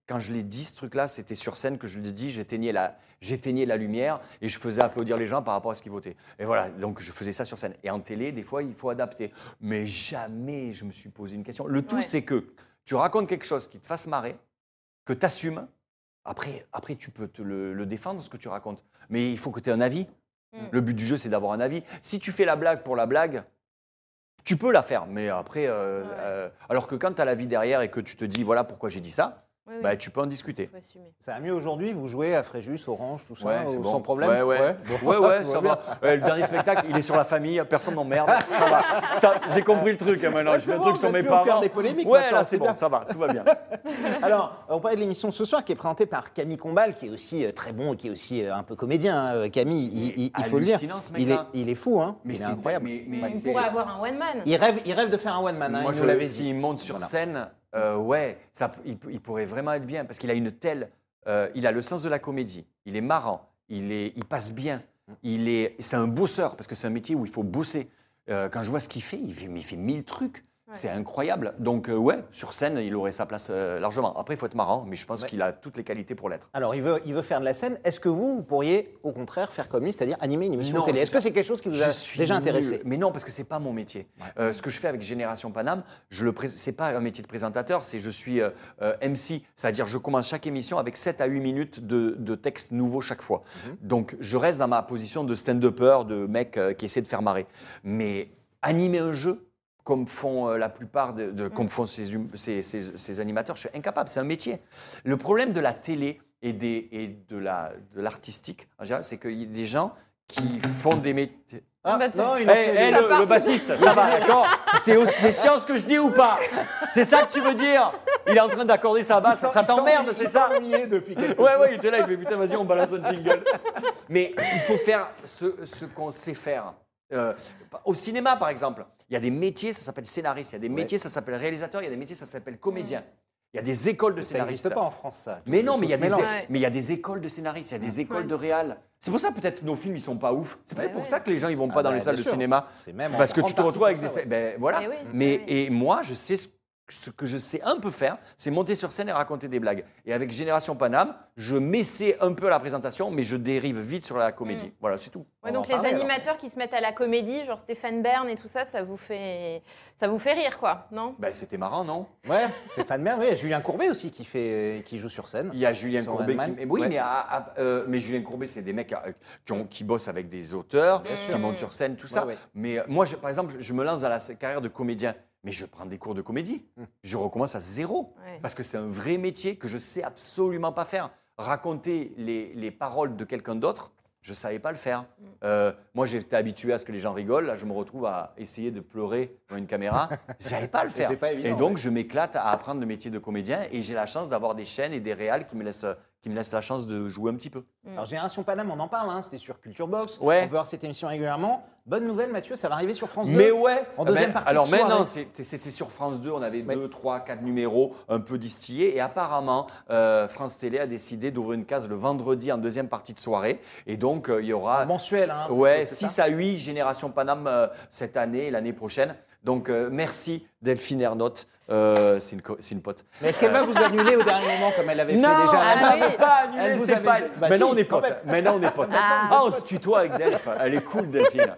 Speaker 4: Quand je l'ai dit, ce truc-là, c'était sur scène que je l'ai dit, j'éteignais la, j'éteignais la lumière et je faisais applaudir les gens par rapport à ce qu'ils votaient. Et voilà, donc je faisais ça sur scène. Et en télé, des fois, il faut adapter. Mais jamais je me suis posé une question. Le tout,
Speaker 5: Ouais.
Speaker 4: c'est que tu racontes quelque chose qui te fasse marrer, que tu assumes, après, après, tu peux te le, le défendre, ce que tu racontes. Mais il faut que tu aies un avis.
Speaker 5: Mm.
Speaker 4: Le but du jeu, c'est d'avoir un avis. Si tu fais la blague pour la blague, tu peux la faire. Mais après, euh,
Speaker 5: Ouais.
Speaker 4: euh, alors que quand tu as l'avis derrière et que tu te dis, voilà pourquoi j'ai dit ça,
Speaker 5: Oui, oui.
Speaker 4: bah, tu peux en discuter.
Speaker 5: Faut assumer.
Speaker 3: Ça va mieux aujourd'hui, vous jouez à Fréjus, Orange, tout ça,
Speaker 4: Ouais, c'est
Speaker 3: ou-
Speaker 4: bon.
Speaker 3: sans problème
Speaker 4: Ouais, ouais.
Speaker 3: Bon,
Speaker 4: Ouais, ouais,
Speaker 3: tout
Speaker 4: ça
Speaker 3: bien.
Speaker 4: va. Ouais, le dernier spectacle, il est sur la famille, personne n'emmerde. Ça va. Ça, j'ai compris le truc hein, maintenant.
Speaker 3: Ouais,
Speaker 4: je
Speaker 3: c'est
Speaker 4: fais un
Speaker 3: bon,
Speaker 4: truc
Speaker 3: vous
Speaker 4: sur
Speaker 3: êtes
Speaker 4: mes
Speaker 3: plus au cœur
Speaker 4: parents.
Speaker 3: des polémiques
Speaker 4: ouais,
Speaker 3: maintenant,
Speaker 4: là,
Speaker 3: c'est
Speaker 4: c'est bon,
Speaker 3: bien.
Speaker 4: ça va, tout va bien. <laughs>
Speaker 3: Alors, on parlait de l'émission ce soir qui est présentée par Camille Combal, qui est aussi euh, très bon, qui est aussi euh, un peu comédien. hein, Camille, il, il- il faut le dire.
Speaker 4: hallucinant, ce
Speaker 3: Il est,
Speaker 4: mec-là.
Speaker 3: il est fou, hein Il est
Speaker 4: c'est
Speaker 3: incroyable.
Speaker 4: mais- mais
Speaker 5: On
Speaker 4: c'est-
Speaker 5: pourrait avoir un one man.
Speaker 3: Il rêve, il rêve de faire un one man. hein,
Speaker 4: Moi,
Speaker 3: il
Speaker 4: je
Speaker 3: nous l'avait dit.
Speaker 4: S'il monte sur
Speaker 3: Voilà.
Speaker 4: scène, euh, ouais, ça, p- il, p- il pourrait vraiment être bien parce qu'il a une telle. euh, il a le sens de la comédie. Il est marrant. Il, est, il passe bien.
Speaker 3: Mm.
Speaker 4: Il est, c'est un bosseur parce que c'est un métier où il faut bosser. Euh, quand je vois ce qu'il fait, il fait, mais il fait mille trucs.
Speaker 5: Ouais.
Speaker 4: C'est incroyable. Donc, euh, ouais, sur scène, il aurait sa place euh, largement. Après, il faut être marrant, mais je pense
Speaker 3: Ouais.
Speaker 4: qu'il a toutes les qualités pour l'être.
Speaker 3: Alors, il veut, il veut faire de la scène. Est-ce que vous, vous pourriez, au contraire, faire comme lui, c'est-à-dire animer une émission
Speaker 4: Non,
Speaker 3: de télé
Speaker 4: je-
Speaker 3: Est-ce que c'est quelque chose qui vous a
Speaker 4: Je suis
Speaker 3: déjà
Speaker 4: nul.
Speaker 3: intéressé
Speaker 4: Mais non, parce que c'est pas mon métier. Euh, ce que je fais avec Génération Paname, je le pré- c'est pas un métier de présentateur, c'est je suis euh, euh, MC, c'est-à-dire je commence chaque émission avec 7 à 8 minutes de, de texte nouveau chaque fois.
Speaker 3: Mhm.
Speaker 4: Donc je reste dans ma position de stand-upper, de mec euh, qui essaie de faire marrer. Mais animer un jeu comme font euh, la plupart de, de-
Speaker 3: Mhm.
Speaker 4: comme font ces, hum- ces- ces- ces animateurs, je suis incapable, c'est un métier. Le problème de la télé et, des, et de la- de l'artistique, en général, c'est qu'il y a des gens qui font des métiers...
Speaker 3: Ah,
Speaker 5: bah, c'est-
Speaker 3: non, il
Speaker 4: Eh,
Speaker 3: en fait
Speaker 4: eh,
Speaker 3: des-
Speaker 5: Ça
Speaker 4: le,
Speaker 5: part
Speaker 4: le
Speaker 5: tout
Speaker 4: bassiste, ça va, d'accord C'est aussi- c'est chiant ce que je dis ou pas C'est ça que tu veux dire Il est en train d'accorder sa
Speaker 3: il
Speaker 4: basse,
Speaker 3: s'en-
Speaker 4: ça
Speaker 3: il s'en-
Speaker 4: t'emmerde,
Speaker 3: il
Speaker 4: c'est
Speaker 3: s'en
Speaker 4: ça
Speaker 3: ennuyait depuis quelques
Speaker 4: Ouais, ouais, il était là, il fait putain, vas-y, on balance un jingle. Mais il faut faire ce, ce qu'on sait faire. Euh, au cinéma, par exemple, il y a des métiers, ça s'appelle scénariste, il y a des métiers, ça s'appelle réalisateur, il y a des métiers, ça s'appelle comédien. Il y a des écoles de
Speaker 3: Ça n'existe
Speaker 4: scénaristes.
Speaker 3: pas en France, ça. Tout-
Speaker 4: Mais non,
Speaker 3: tout
Speaker 4: mais il y, a
Speaker 3: se
Speaker 4: des,
Speaker 3: mélange.
Speaker 5: Ouais.
Speaker 4: mais il y a des écoles de scénaristes, il y a des écoles de réal. C'est pour ça peut-être que nos films ils sont pas ouf. C'est peut-être
Speaker 5: Ouais,
Speaker 4: pour
Speaker 5: ouais.
Speaker 4: ça que les gens ils vont
Speaker 3: Ah
Speaker 4: pas dans
Speaker 3: bah,
Speaker 4: les salles
Speaker 3: bien
Speaker 4: de
Speaker 3: sûr.
Speaker 4: cinéma
Speaker 3: C'est même en
Speaker 4: parce que tu
Speaker 3: grande
Speaker 4: te retrouves avec
Speaker 3: partie
Speaker 4: des
Speaker 3: pour ça, ouais.
Speaker 4: ben voilà
Speaker 5: Eh oui,
Speaker 4: mais
Speaker 5: eh oui.
Speaker 4: et moi je sais ce, ce que je sais un peu faire c'est monter sur scène et raconter des blagues et avec Génération Paname je m'essaie un peu à la présentation mais je dérive vite sur la comédie voilà c'est tout
Speaker 5: Mm. Ouais,
Speaker 4: On
Speaker 5: donc
Speaker 4: en
Speaker 5: les
Speaker 4: parlait, alors.
Speaker 5: animateurs qui se mettent à la comédie, genre Stéphane Bern et tout ça, ça vous fait, ça vous fait rire, quoi, non
Speaker 4: ben, c'était marrant non
Speaker 3: Ouais, Stéphane Bern, oui, il y a Julien Courbet aussi qui, fait, qui joue sur scène.
Speaker 4: il y a Julien
Speaker 3: Sur
Speaker 4: Courbet qui,
Speaker 3: Allemagne.
Speaker 4: mais oui
Speaker 3: Ouais.
Speaker 4: mais, à- à- euh, mais Julien Courbet c'est des mecs euh, qui, ont- qui bossent avec des auteurs qui montent sur scène tout ça
Speaker 3: Ouais, ouais.
Speaker 4: mais euh, moi je- par exemple je me lance dans la carrière de comédien mais je prends des cours de comédie
Speaker 3: Mm.
Speaker 4: je recommence à zéro
Speaker 5: Ouais.
Speaker 4: Parce que c'est un vrai métier que je sais absolument pas faire. Raconter les, les paroles de quelqu'un d'autre, je savais pas le faire.
Speaker 3: Mm.
Speaker 4: Euh, moi, j'étais habitué à ce que les gens rigolent. Là, je me retrouve à essayer de pleurer devant
Speaker 3: <laughs>
Speaker 4: une caméra. Je savais pas le faire.
Speaker 3: c'est pas évident,
Speaker 4: et donc,
Speaker 3: ouais.
Speaker 4: je m'éclate à apprendre le métier de comédien. Et j'ai la chance d'avoir des chaînes et des réals qui me laissent, qui me laissent la chance de jouer un petit peu.
Speaker 3: Alors, Génération Paname, on en parle, hein, c'était sur Culture Box.
Speaker 4: Ouais.
Speaker 3: On peut voir cette émission régulièrement. Bonne nouvelle, Mathieu, ça va arriver sur France 2.
Speaker 4: Mais ouais.
Speaker 3: En deuxième
Speaker 4: Ben,
Speaker 3: partie de
Speaker 4: Alors
Speaker 3: soirée.
Speaker 4: maintenant, c'était c'était sur France 2, on avait
Speaker 3: Ouais.
Speaker 4: deux, trois, quatre numéros un peu distillés. Et apparemment, euh, France Télé a décidé d'ouvrir une case le vendredi en deuxième partie de soirée. Et donc, euh, il y aura.
Speaker 3: En mensuel, hein, plutôt,
Speaker 4: Ouais,
Speaker 3: c'est
Speaker 4: 6
Speaker 3: ça
Speaker 4: à 8 Génération Paname euh, cette année et l'année prochaine. Donc, euh, merci Delphine Ernotte. Euh, c'est une, co- c'est une pote.
Speaker 3: Mais est-ce qu'elle va vous annuler au dernier moment comme elle l'avait fait
Speaker 4: Non, ah,
Speaker 3: déjà à
Speaker 4: elle
Speaker 3: la
Speaker 5: Ah oui.
Speaker 4: m'avait pas
Speaker 3: Elle
Speaker 4: annulé
Speaker 3: vous
Speaker 4: Stéphane.
Speaker 3: avait- Bah
Speaker 4: Maintenant,
Speaker 3: si,
Speaker 4: on est
Speaker 3: quand
Speaker 4: potes.
Speaker 3: même.
Speaker 4: Maintenant, on est
Speaker 3: <laughs>
Speaker 4: potes.
Speaker 5: Ah.
Speaker 4: Ah, on se tutoie avec Delph. Elle est cool, Delphine.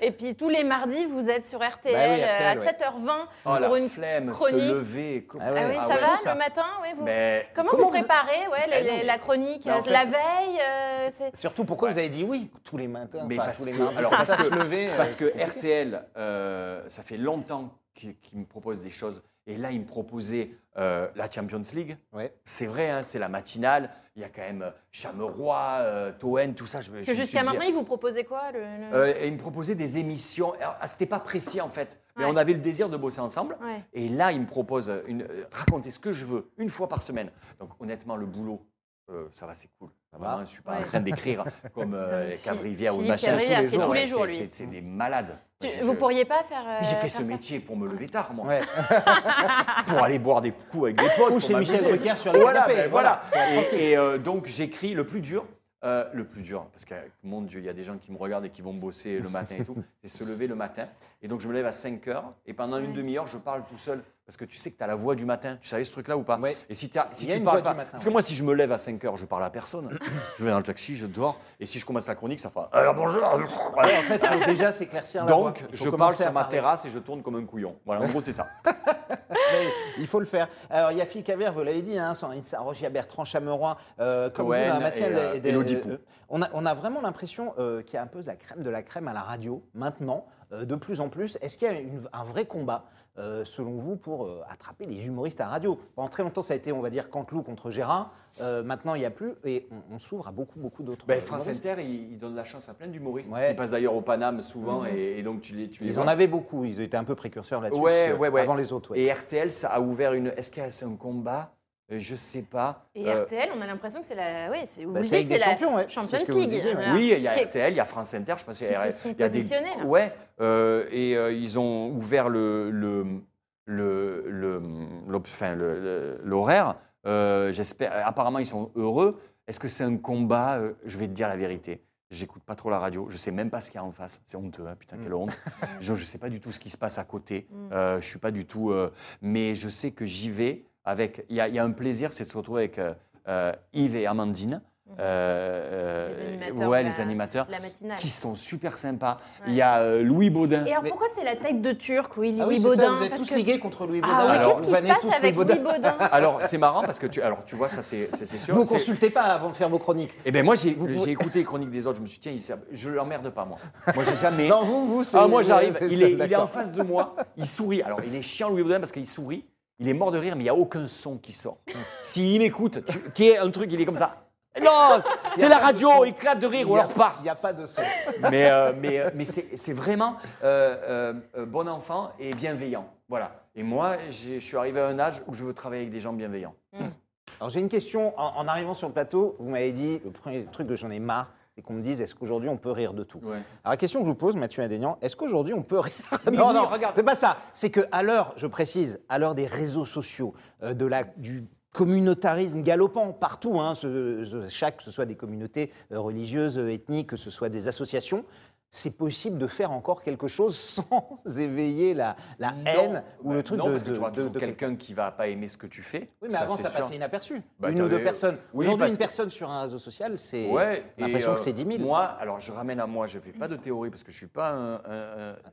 Speaker 5: Et puis tous les mardis, vous êtes sur RTL,
Speaker 3: RTL,
Speaker 5: euh, à
Speaker 3: ouais.
Speaker 5: 7h20
Speaker 4: Oh,
Speaker 5: pour
Speaker 4: la
Speaker 5: une
Speaker 4: flemme,
Speaker 5: chronique.
Speaker 4: se lever. co-
Speaker 3: Ah
Speaker 5: Ah oui,
Speaker 3: Ah
Speaker 5: ça
Speaker 3: ouais,
Speaker 5: va
Speaker 3: chaud, ça.
Speaker 5: le matin, ouais, vous.
Speaker 4: Mais
Speaker 5: Comment,
Speaker 3: Comment
Speaker 5: vous
Speaker 3: vous-
Speaker 5: préparez, ouais, les-
Speaker 4: Ah non,
Speaker 5: les-
Speaker 4: mais-
Speaker 5: la chronique,
Speaker 4: Mais en
Speaker 5: euh,
Speaker 4: fait,
Speaker 5: la
Speaker 4: c'est-
Speaker 5: veille, euh, c'est.
Speaker 3: Surtout, pourquoi vous avez dit oui tous les matins
Speaker 4: Mais
Speaker 3: enfin,
Speaker 4: parce
Speaker 3: tous les
Speaker 4: que-
Speaker 3: matins,
Speaker 4: alors,
Speaker 3: comme
Speaker 4: parce
Speaker 3: ça,
Speaker 4: que-
Speaker 3: se lever. euh,
Speaker 4: Parce que RTL, euh, ça fait longtemps qu'il qu'il me propose des choses. Et là, il me proposait euh, la Champions League.
Speaker 3: Ouais.
Speaker 4: C'est vrai, hein, c'est la matinale. Il y a quand même euh, Chameroy, euh, Toen, tout ça. Je,
Speaker 5: Parce que jusqu'à hein. maintenant, ils vous proposaient quoi le, le-
Speaker 4: euh, il me proposait des émissions. Alors, ah, C'était pas précis, en fait. Mais
Speaker 5: Ouais.
Speaker 4: on avait le désir de bosser ensemble.
Speaker 5: Ouais.
Speaker 4: Et là, il me propose une, euh, raconter ce que je veux une fois par semaine. Donc, honnêtement, le boulot, euh, ça va, c'est cool. Ça va, hein,
Speaker 3: va.
Speaker 4: je ne suis pas
Speaker 5: Ouais.
Speaker 4: en train
Speaker 5: <laughs>
Speaker 4: d'écrire comme euh,
Speaker 5: Philippe-
Speaker 4: Cavrivière ou
Speaker 5: Philippe
Speaker 4: machin.
Speaker 5: Cavrivière, qui est tous les
Speaker 4: Ouais,
Speaker 5: jours,
Speaker 4: c'est-
Speaker 5: lui.
Speaker 4: c'est- C'est des malades.
Speaker 5: Tu-
Speaker 4: Je-
Speaker 5: Vous
Speaker 4: je-
Speaker 5: pourriez pas faire. euh,
Speaker 4: mais j'ai fait ce
Speaker 5: faire ça
Speaker 4: métier pour me lever tard, moi.
Speaker 3: Ouais.
Speaker 4: Pour aller boire des coups avec des potes.
Speaker 3: Ou
Speaker 4: pour
Speaker 3: chez Michel
Speaker 4: m'amuser.
Speaker 3: Drucker sur les
Speaker 4: voilà,
Speaker 3: canapés, Bah,
Speaker 4: ben voilà. Et, et, euh, donc, j'écris le plus dur. euh, le plus dur, parce que, mon Dieu, il y a des gens qui me regardent et qui vont bosser le matin
Speaker 3: <laughs>
Speaker 4: et tout, c'est se lever le matin. Et donc, je me lève à 5 heures et pendant une
Speaker 5: Ouais.
Speaker 4: demi-heure, je parle tout seul. Parce que tu sais que tu as la voix du matin. Tu savais ce truc-là ou pas
Speaker 3: Ouais.
Speaker 4: Et si, t'as- si
Speaker 3: Il y a
Speaker 4: tu
Speaker 3: une
Speaker 4: parles
Speaker 3: voix
Speaker 4: pas.
Speaker 3: du matin,
Speaker 4: parce que moi, si je me lève à 5 heures, je parle à personne. je vais dans le taxi, je dors. Et si je commence la chronique, ça fera. Alors bonjour
Speaker 3: En fait, il faut déjà s'éclaircir la voix.
Speaker 4: donc,
Speaker 3: Il faut
Speaker 4: je parle
Speaker 3: commencer à
Speaker 4: sur ma
Speaker 3: parler.
Speaker 4: terrasse et je tourne comme un couillon. Voilà, en gros, c'est ça.
Speaker 3: Mais il faut le faire. Alors, il y a Phil Cavert, vous l'avez dit, hein, Sanissa Rogia, Bertrand Chameroy, euh, comme
Speaker 4: Cohen
Speaker 3: vous, hein, Mathieu,
Speaker 4: et, euh,
Speaker 3: des- des-
Speaker 4: Elodie Pou.
Speaker 3: on, a, on a vraiment l'impression euh, qu'il y a un peu de la crème de la crème à la radio, maintenant, euh, de plus en plus. Est-ce qu'il y a une- un vrai combat, euh, selon vous, pour euh, attraper les humoristes à la radio Pendant très longtemps, ça a été, on va dire, Canteloup contre Gérard. Euh, maintenant, il n'y a plus, et on, on s'ouvre à beaucoup, beaucoup d'autres.
Speaker 4: Ben,
Speaker 3: euh,
Speaker 4: France
Speaker 3: humoristes.
Speaker 4: Inter, il, il donne la chance à plein d'humoristes.
Speaker 3: Ouais. Mhm.
Speaker 4: Ils passent d'ailleurs au Paname souvent, et, et donc tu les, tu les
Speaker 3: Ils en
Speaker 4: vois.
Speaker 3: avaient beaucoup, ils étaient un peu précurseurs là-dessus,
Speaker 4: Ouais,
Speaker 3: parce que
Speaker 4: ouais, ouais.
Speaker 3: avant les autres. ouais.
Speaker 4: Et RTL, ça a ouvert une. Est-ce qu'il y a c'est un combat Euh, Je sais pas.
Speaker 5: Et
Speaker 4: Euh,
Speaker 5: RTL, on a l'impression que c'est la. Ouais, c'est vous
Speaker 3: Bah,
Speaker 5: le
Speaker 3: c'est
Speaker 5: dites,
Speaker 3: avec des
Speaker 5: c'est la
Speaker 3: champions, ouais. C'est ce que
Speaker 5: Champions
Speaker 3: vous
Speaker 5: League.
Speaker 3: disiez, ouais.
Speaker 5: voilà.
Speaker 4: Oui, il y a
Speaker 5: Qui-
Speaker 4: RTL, il y a France Inter, je pense qu'il y a
Speaker 5: Qui
Speaker 4: il
Speaker 5: se sont
Speaker 4: y a des-
Speaker 5: positionnés, là.
Speaker 4: Ouais, euh, et euh, ils ont ouvert le le le le- l'op- enfin, le- le- l'horaire. Euh, J'espère. Apparemment, ils sont heureux. Est-ce que c'est un combat Euh, Je vais te dire la vérité. J'écoute pas trop la radio. Je sais même pas ce qu'il y a en face. C'est honteux, hein,
Speaker 5: Mm.
Speaker 4: putain, quelle
Speaker 5: <laughs>
Speaker 4: honte. Je, je sais pas du tout ce qui se passe à côté. Euh, je suis pas du tout. euh, mais je sais que j'y vais avec. Il y, a- il y a un plaisir, c'est de se retrouver avec euh, euh, Yves et Amandine. Euh,
Speaker 5: Mm. Les
Speaker 4: euh,
Speaker 5: animateurs bah,
Speaker 4: ouais,
Speaker 5: de
Speaker 4: les
Speaker 5: la-
Speaker 4: animateurs
Speaker 5: La matinale.
Speaker 4: Ah. qui sont super sympas.
Speaker 5: Ouais.
Speaker 4: Il y a euh, Louis Baudin.
Speaker 5: Et alors
Speaker 3: Mais-
Speaker 5: pourquoi c'est la tête de Turc, oui, Louis
Speaker 3: Ah oui, c'est ça,
Speaker 5: Baudin
Speaker 3: vous êtes
Speaker 5: parce
Speaker 3: tous
Speaker 5: que-
Speaker 3: ligués contre Louis Baudin.
Speaker 5: Ah ouais,
Speaker 4: Alors,
Speaker 5: qu'est-ce qui
Speaker 3: vous
Speaker 5: se
Speaker 3: vannez tous
Speaker 5: passe avec
Speaker 3: Louis Baudin.
Speaker 5: Louis Baudin
Speaker 4: <laughs> <laughs> Alors c'est marrant parce que tu, alors tu vois ça c'est c'est- c'est sûr.
Speaker 3: Vous
Speaker 4: C'est-
Speaker 3: consultez pas avant de faire vos chroniques.
Speaker 4: Eh ben moi j'ai j'ai écouté les chroniques des autres, je me suis dit, tiens ils servent- je l'emmerde pas moi. Moi j'ai jamais.
Speaker 3: <laughs> Non, vous, vous, c'est.
Speaker 4: ah moi j'arrive,
Speaker 3: c'est
Speaker 4: il,
Speaker 3: ça,
Speaker 4: est- il est en
Speaker 3: d'accord.
Speaker 4: face de moi, il sourit. Alors il est chiant Louis Baudin parce qu'il sourit, il est mort de rire mais il y a aucun son qui sort. S'il m'écoute, tu- qui est un truc, il est comme ça. Non, c'est- c'est la radio, il éclate de rire ou alors part.
Speaker 3: Il n'y a pas de son.
Speaker 4: mais euh, mais, euh, mais c'est c'est vraiment euh, euh, euh, bon enfant et bienveillant. Voilà. Et moi, j'ai- je suis arrivé à un âge où je veux travailler avec des gens bienveillants.
Speaker 3: Alors j'ai une question. En, en arrivant sur le plateau, vous m'avez dit le premier truc que j'en ai marre, c'est qu'on me dise est-ce qu'aujourd'hui on peut rire de tout.
Speaker 4: Ouais.
Speaker 3: Alors la question que je vous pose, Mathieu Indénian, est-ce qu'aujourd'hui on peut rire
Speaker 4: Mais
Speaker 3: Non,
Speaker 4: oui,
Speaker 3: non,
Speaker 4: regarde.
Speaker 3: C'est pas ça. C'est que à l'heure, je précise, à l'heure des réseaux sociaux, euh, de la du communautarisme galopant partout, hein, ce- ce- chaque, que ce soit des communautés euh, religieuses, euh, ethniques, que ce soit des associations. C'est possible de faire encore quelque chose <laughs> sans éveiller la, la haine ou
Speaker 4: Ouais,
Speaker 3: le truc
Speaker 4: Bah, euh, non,
Speaker 3: de,
Speaker 4: parce que
Speaker 3: de-
Speaker 4: tu auras
Speaker 3: de-
Speaker 4: toujours
Speaker 3: de-
Speaker 4: quelqu'un qui va pas aimer ce que tu fais.
Speaker 3: Oui, mais avant, ça
Speaker 4: c'est sûr.
Speaker 3: passait inaperçu.
Speaker 4: Bah,
Speaker 3: une ou
Speaker 4: t'avais-
Speaker 3: deux personnes.
Speaker 4: Oui,
Speaker 3: Aujourd'hui,
Speaker 4: parce
Speaker 3: une
Speaker 4: que-
Speaker 3: personne sur un réseau social, c'est
Speaker 4: Ouais, et,
Speaker 3: l'impression que
Speaker 4: euh,
Speaker 3: c'est 10 000.
Speaker 4: Moi, alors je ramène à moi, je ne fais pas de théorie parce que je suis pas un. un- un-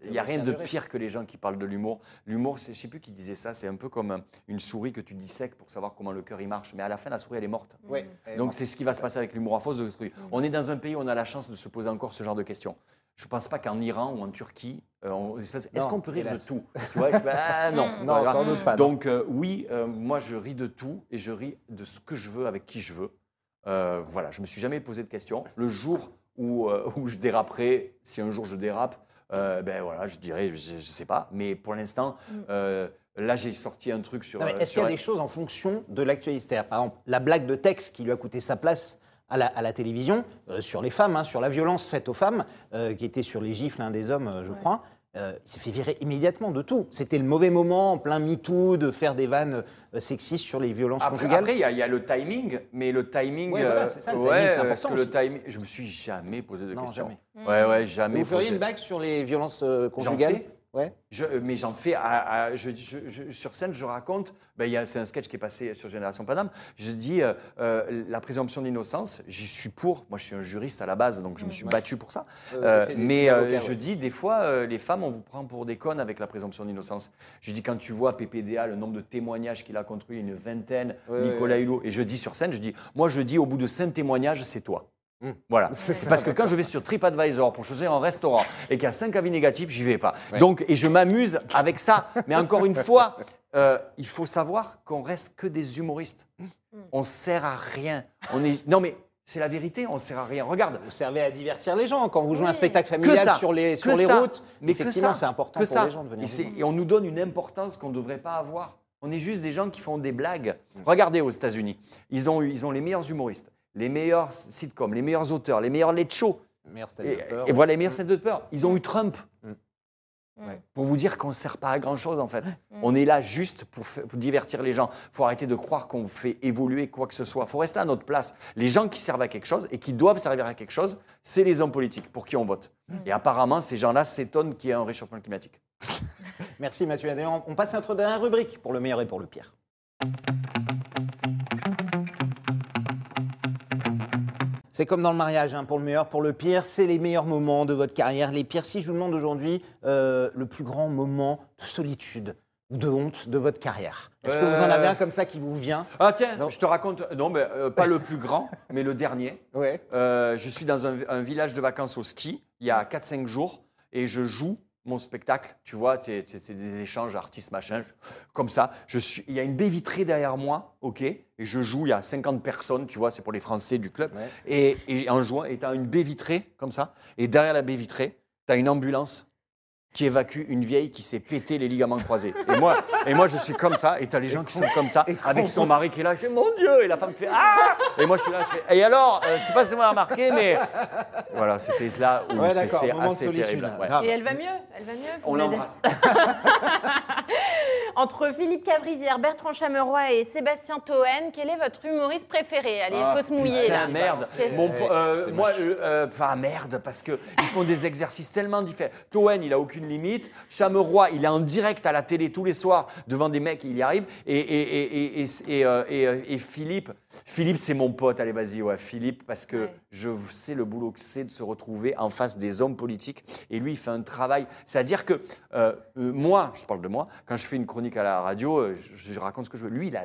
Speaker 4: Il n'y
Speaker 3: théoricien
Speaker 4: a rien de
Speaker 3: du risque.
Speaker 4: pire que les gens qui parlent de l'humour. L'humour, c'est- je ne sais plus qui disait ça, c'est un peu comme euh, une souris que tu dissèques pour savoir comment le cœur il marche. Mais à la fin, la souris, elle est morte.
Speaker 3: Ouais.
Speaker 4: Donc c'est ce qui va se passer avec l'humour à fausse de
Speaker 3: Mm.
Speaker 4: truc. On est dans un pays où on a la chance de se poser encore ce genre de questions. Je ne pense pas qu'en Iran ou en Turquie, euh, on- espèce- est-ce
Speaker 3: Non,
Speaker 4: qu'on peut rire
Speaker 3: hélas. <laughs>
Speaker 4: de tout Tu vois, je fais, ah, non,
Speaker 3: non,
Speaker 4: Voilà.
Speaker 3: sans doute pas. non.
Speaker 4: Donc euh, oui, euh, moi je ris de tout et je ris de ce que je veux avec qui je veux. Euh, voilà, je me suis jamais posé de questions. Le jour où, euh, où je déraperai, si un jour je dérape, euh, ben voilà, je dirais, je, je sais pas. Mais pour l'instant, euh, là j'ai sorti un truc sur.
Speaker 3: Mm. Non, mais
Speaker 4: euh,
Speaker 3: Est-ce qu'il y a
Speaker 4: sur-
Speaker 3: des choses en fonction de l'actualité C'est-à-dire, Par exemple, la blague de texte qui lui a coûté sa place à la, à la télévision, euh, sur les femmes, hein, sur la violence faite aux femmes, euh, qui était sur les gifles hein, des hommes, euh, je crois. euh, il s'est fait virer immédiatement de tout. C'était le mauvais moment, en plein MeToo, de faire des vannes euh, sexistes sur les violences
Speaker 4: Après,
Speaker 3: conjugales.
Speaker 4: après, il y, a- il y a le timing, mais le timing.
Speaker 3: Ouais, voilà,
Speaker 4: euh,
Speaker 3: c'est ça, le
Speaker 4: ouais,
Speaker 3: timing, c'est
Speaker 4: euh,
Speaker 3: important
Speaker 4: parce que le
Speaker 3: aussi.
Speaker 4: timing, je me suis jamais posé de
Speaker 3: Non,
Speaker 4: questions.
Speaker 3: jamais.
Speaker 4: Ouais, ouais, jamais.
Speaker 3: Vous feriez
Speaker 4: posé.
Speaker 3: une blague sur les violences euh, conjugales
Speaker 4: fais.
Speaker 3: Ouais.
Speaker 4: Je- euh, mais j'en fais, à, à- je- je- je- sur scène, je raconte, ben, il y a- c'est un sketch qui est passé sur Génération Paname, je dis euh, euh, la présomption d'innocence, j'y suis pour, moi je suis un juriste à la base, donc
Speaker 3: Mmh.
Speaker 4: je me suis battu pour ça,
Speaker 3: Euh,
Speaker 4: Euh,
Speaker 3: j'ai fait des-
Speaker 4: mais
Speaker 3: des
Speaker 4: euh,
Speaker 3: avocats,
Speaker 4: je
Speaker 3: ouais.
Speaker 4: dis des fois, euh, les femmes, on vous prend pour des connes avec la présomption d'innocence. Je dis quand tu vois PPDA, le nombre de témoignages qu'il a contre lui, une vingtaine,
Speaker 3: Ouais,
Speaker 4: Nicolas Hulot, et je dis sur scène, je dis, moi je dis au bout de cinq témoignages, c'est toi.
Speaker 3: Mm.
Speaker 4: Voilà.
Speaker 3: <laughs> C'est ça,
Speaker 4: Parce que quand je vais sur TripAdvisor pour choisir un restaurant et qu'il y a 5 avis négatifs, j'y vais pas.
Speaker 3: Ouais.
Speaker 4: Donc, et je m'amuse avec ça. Mais encore une fois, euh, il faut savoir qu'on reste que des humoristes.
Speaker 3: Hmm.
Speaker 4: On sert à rien. On est... Non mais c'est la vérité, on sert à rien. Regarde,
Speaker 3: Vous servez à divertir les gens quand vous jouez un
Speaker 5: Oui.
Speaker 3: spectacle
Speaker 4: que
Speaker 3: familial
Speaker 4: ça,
Speaker 3: sur les,
Speaker 4: que
Speaker 3: sur les
Speaker 4: ça.
Speaker 3: routes.
Speaker 4: Mais que
Speaker 3: Effectivement,
Speaker 4: ça,
Speaker 3: c'est important
Speaker 4: que
Speaker 3: pour
Speaker 4: ça.
Speaker 3: les gens de venir.
Speaker 4: Et,
Speaker 3: vous
Speaker 4: c'est-
Speaker 3: voir.
Speaker 4: et on nous donne une importance qu'on ne devrait pas avoir. On est juste des gens qui font des blagues.
Speaker 3: Mm.
Speaker 4: Regardez aux États-Unis, ils ont, eu- ils ont les meilleurs humoristes, les meilleurs sitcoms, les meilleurs auteurs, les meilleurs late shows.
Speaker 3: Meilleur
Speaker 4: Et,
Speaker 3: stand-upper,
Speaker 4: et voilà les meilleurs scènes de peur. Ils ont eu Trump.
Speaker 3: Mm.
Speaker 5: Ouais.
Speaker 4: Pour vous dire qu'on ne sert pas à grand chose en fait. On est là juste pour, fa- pour divertir les gens. faut arrêter de croire qu'on fait évoluer quoi que ce soit. faut rester à notre place. Les gens qui servent à quelque chose et qui doivent servir à quelque chose, c'est les hommes politiques pour qui on vote. Et apparemment, ces gens-là s'étonnent qu'il y ait un réchauffement climatique.
Speaker 3: Merci Mathieu Adéan. On passe à notre dernière rubrique pour le meilleur et pour le pire. C'est comme dans le mariage, hein, pour le meilleur, pour le pire, c'est les meilleurs moments de votre carrière, les pires. Si je vous demande aujourd'hui euh, le plus grand moment de solitude, ou de honte de votre carrière Est-ce que
Speaker 4: Euh,
Speaker 3: vous en avez un comme ça qui vous vient
Speaker 4: Ah tiens,
Speaker 3: Non.
Speaker 4: je te raconte, non, mais, euh, pas le plus grand, mais le dernier.
Speaker 3: Ouais.
Speaker 4: Euh, je suis dans un, un village de vacances au ski il y a 4-5 jours et je joue mon spectacle. Tu vois, t'es- t'es- c'est des échanges artistes, machin, je- comme ça. Je suis, il y a une baie vitrée derrière moi, ok, et je joue. Il y a 50 personnes, tu vois, c'est pour les Français du club.
Speaker 3: Ouais.
Speaker 4: Et, et en jouant, et tu as une baie vitrée, comme ça, et derrière la baie vitrée, tu as une ambulance qui évacue une vieille qui s'est pété les ligaments croisés. Et moi, et moi je suis comme ça, et tu as les gens qui sont comme ça,
Speaker 3: et
Speaker 4: avec
Speaker 3: con.
Speaker 4: son mari qui est là, je fais mon Dieu, et la femme fait Ah Et moi je suis là, je fais Et alors, euh, je sais pas si vous avez remarqué, mais. Voilà, c'était là où
Speaker 3: Ouais, d'accord,
Speaker 4: c'était
Speaker 3: moment de
Speaker 4: assez
Speaker 3: solitude.
Speaker 4: terrible. ouais.
Speaker 3: grave.
Speaker 5: Et elle va mieux, elle va mieux. faut
Speaker 4: On
Speaker 5: la-
Speaker 4: l'embrasse.
Speaker 5: Entre Philippe Cavrivière, Bertrand Chameroy et Sébastien Toen, quel est votre humoriste préféré Allez, il
Speaker 4: Ah,
Speaker 5: faut se mouiller
Speaker 4: putain,
Speaker 5: là.
Speaker 4: merde.
Speaker 5: C'est-
Speaker 4: Mon po- euh,
Speaker 3: c'est
Speaker 4: moi,
Speaker 3: moche.
Speaker 4: euh, euh, enfin merde, parce que ils font des exercices tellement différents. Toen, il a aucune limite. Chameroy, il est en direct à la télé tous les soirs devant des mecs, il y arrive. Et, et, et, et, et, et, euh, et, euh, et Philippe, Philippe, c'est mon pote. Allez, vas-y, ouais, Philippe, parce que
Speaker 5: Ouais.
Speaker 4: je sais le boulot que c'est de se retrouver en face des hommes politiques. Et lui, il fait un travail. C'est-à-dire que euh, euh, moi, je parle de moi, quand je fais une chronique à la radio, euh, je, je raconte ce que je veux. Lui, il a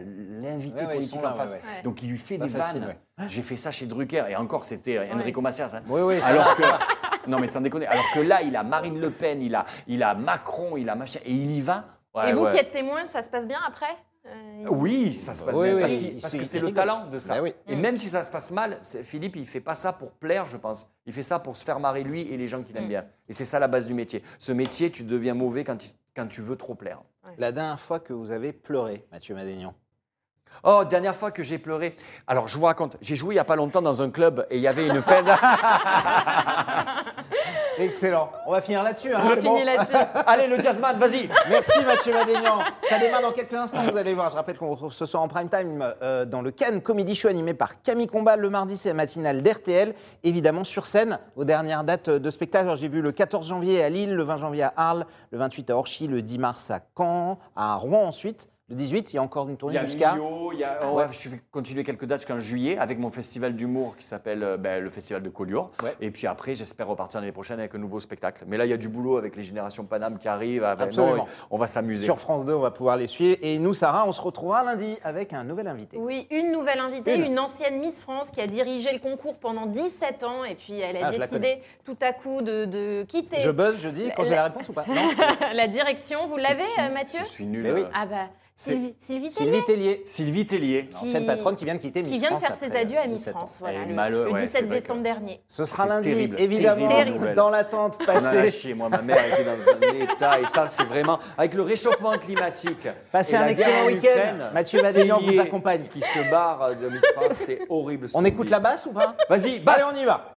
Speaker 3: Ouais,
Speaker 4: l'invité
Speaker 3: ouais, ils
Speaker 4: politique
Speaker 3: sont là,
Speaker 4: en face.
Speaker 3: ouais, ouais.
Speaker 5: Ouais.
Speaker 4: Donc il lui fait
Speaker 3: Pas
Speaker 4: des
Speaker 3: facile,
Speaker 4: vannes. J'ai fait ça chez Drucker et encore c'était euh, Enrico Macias. hein.
Speaker 3: Oui, oui, ça
Speaker 4: Alors que
Speaker 3: <laughs>
Speaker 4: non mais sans déconner. Alors que là il a Marine Le Pen, il a il a Macron, il a machin et il y va. Ouais,
Speaker 5: et vous
Speaker 4: ouais.
Speaker 5: qui êtes témoin, ça se passe bien après Euh,
Speaker 4: Oui, ça se passe
Speaker 3: Oui,
Speaker 4: bien
Speaker 3: oui,
Speaker 4: parce,
Speaker 3: il-
Speaker 4: qu'il-
Speaker 3: il
Speaker 4: parce
Speaker 3: se-
Speaker 4: que
Speaker 3: il
Speaker 4: c'est
Speaker 3: se
Speaker 4: le
Speaker 3: rigole.
Speaker 4: talent de ça.
Speaker 3: Bah oui.
Speaker 4: Et même si ça se passe mal, c'est- Philippe il fait pas ça pour plaire, je pense. Il fait ça pour se faire marrer lui et les gens qu'il aime
Speaker 5: Mm.
Speaker 4: bien. Et c'est ça la base du métier. Ce métier, tu deviens mauvais quand, il- quand tu veux trop plaire.
Speaker 3: La dernière fois que vous avez pleuré, Mathieu Madénian.
Speaker 4: Oh, dernière fois que j'ai pleuré. Alors, je vous raconte, j'ai joué il n'y a pas longtemps dans un club et il y avait une
Speaker 5: <laughs>
Speaker 4: fête.
Speaker 3: Excellent. On va finir là-dessus. hein,
Speaker 5: On
Speaker 3: c'est
Speaker 5: finit
Speaker 3: bon
Speaker 5: là-dessus.
Speaker 4: <laughs> Allez, le jazzman, vas-y.
Speaker 3: Merci Mathieu Madénian. Ça démarre dans quelques instants, vous allez voir. Je rappelle qu'on retrouve ce soir en prime time euh, dans le Cannes Comedy Show animé par Camille Combat. Le mardi, c'est la matinale d'RTL. Évidemment, sur scène, aux dernières dates euh, de spectacle. Alors, J'ai vu le 14 janvier à Lille, le 20 janvier à Arles, le 28 à Orchy, le 10 mars à Caen, à Rouen ensuite. Le 18, il y a encore une
Speaker 4: Il y
Speaker 3: tournée
Speaker 4: a
Speaker 3: jusqu'à... Ah
Speaker 4: Millau, il y a- oh, ouais, je vais continuer quelques dates jusqu'en juillet avec mon festival d'humour qui s'appelle euh, ben, le Festival de Collioure.
Speaker 3: Ouais.
Speaker 4: Et puis après, j'espère repartir l'année prochaine avec un nouveau spectacle. Mais là, il y a du boulot avec les générations Paname qui arrivent. avec-
Speaker 3: Absolument.
Speaker 4: Non, On va s'amuser.
Speaker 3: Sur France 2, on va pouvoir les suivre. Et nous, Sarah, on se retrouvera lundi avec un nouvel invité.
Speaker 5: Oui, une nouvelle invitée,
Speaker 3: Une.
Speaker 5: une. ancienne Miss France qui a dirigé le concours pendant 17 ans et puis elle a
Speaker 3: Ah, je la
Speaker 5: décidé tout à coup de, de quitter
Speaker 3: Je buzz, je dis, quand j'ai la réponse ou pas Non
Speaker 5: <laughs> la direction. Vous
Speaker 4: C'est
Speaker 5: l'avez,
Speaker 4: qui
Speaker 5: euh, Mathieu
Speaker 4: Je suis nul.
Speaker 3: Mais Eh oui.
Speaker 4: euh.
Speaker 5: Ah bah,
Speaker 3: C'est-
Speaker 5: Sylvie,
Speaker 3: Sylvie
Speaker 5: Sylvie Tellier,
Speaker 3: Tellier,
Speaker 4: Sylvie Tellier.
Speaker 5: Qui-
Speaker 3: ancienne patronne qui vient de quitter Miss
Speaker 5: qui vient de
Speaker 3: France
Speaker 5: faire ses
Speaker 3: après,
Speaker 5: adieux
Speaker 4: euh,
Speaker 5: à Miss
Speaker 3: 17 ans.
Speaker 5: France, voilà,
Speaker 4: Et
Speaker 5: le,
Speaker 4: malheureux,
Speaker 5: le
Speaker 4: ouais, c'est
Speaker 5: 17
Speaker 4: vrai que-
Speaker 5: décembre dernier.
Speaker 3: Ce sera
Speaker 4: C'est
Speaker 3: lundi,
Speaker 4: terrible,
Speaker 3: évidemment,
Speaker 4: terrible nouvelle.
Speaker 3: dans l'attente
Speaker 4: On a
Speaker 3: passée.
Speaker 4: lâché, moi, ma mère était dans un état, et ça, c'est vraiment. Avec le réchauffement climatique.
Speaker 3: Passez
Speaker 4: et
Speaker 3: un
Speaker 4: la guerre
Speaker 3: excellent
Speaker 4: en
Speaker 3: week-end.
Speaker 4: Ukraine,
Speaker 3: Mathieu Madénian vous
Speaker 4: Tellier
Speaker 3: accompagne.
Speaker 4: Qui se barre de Miss France, c'est horrible. ce
Speaker 3: On
Speaker 4: qu'on
Speaker 3: écoute
Speaker 4: vit.
Speaker 3: la basse ou pas
Speaker 4: Vas-y,
Speaker 3: Allez,
Speaker 4: basse
Speaker 3: on y va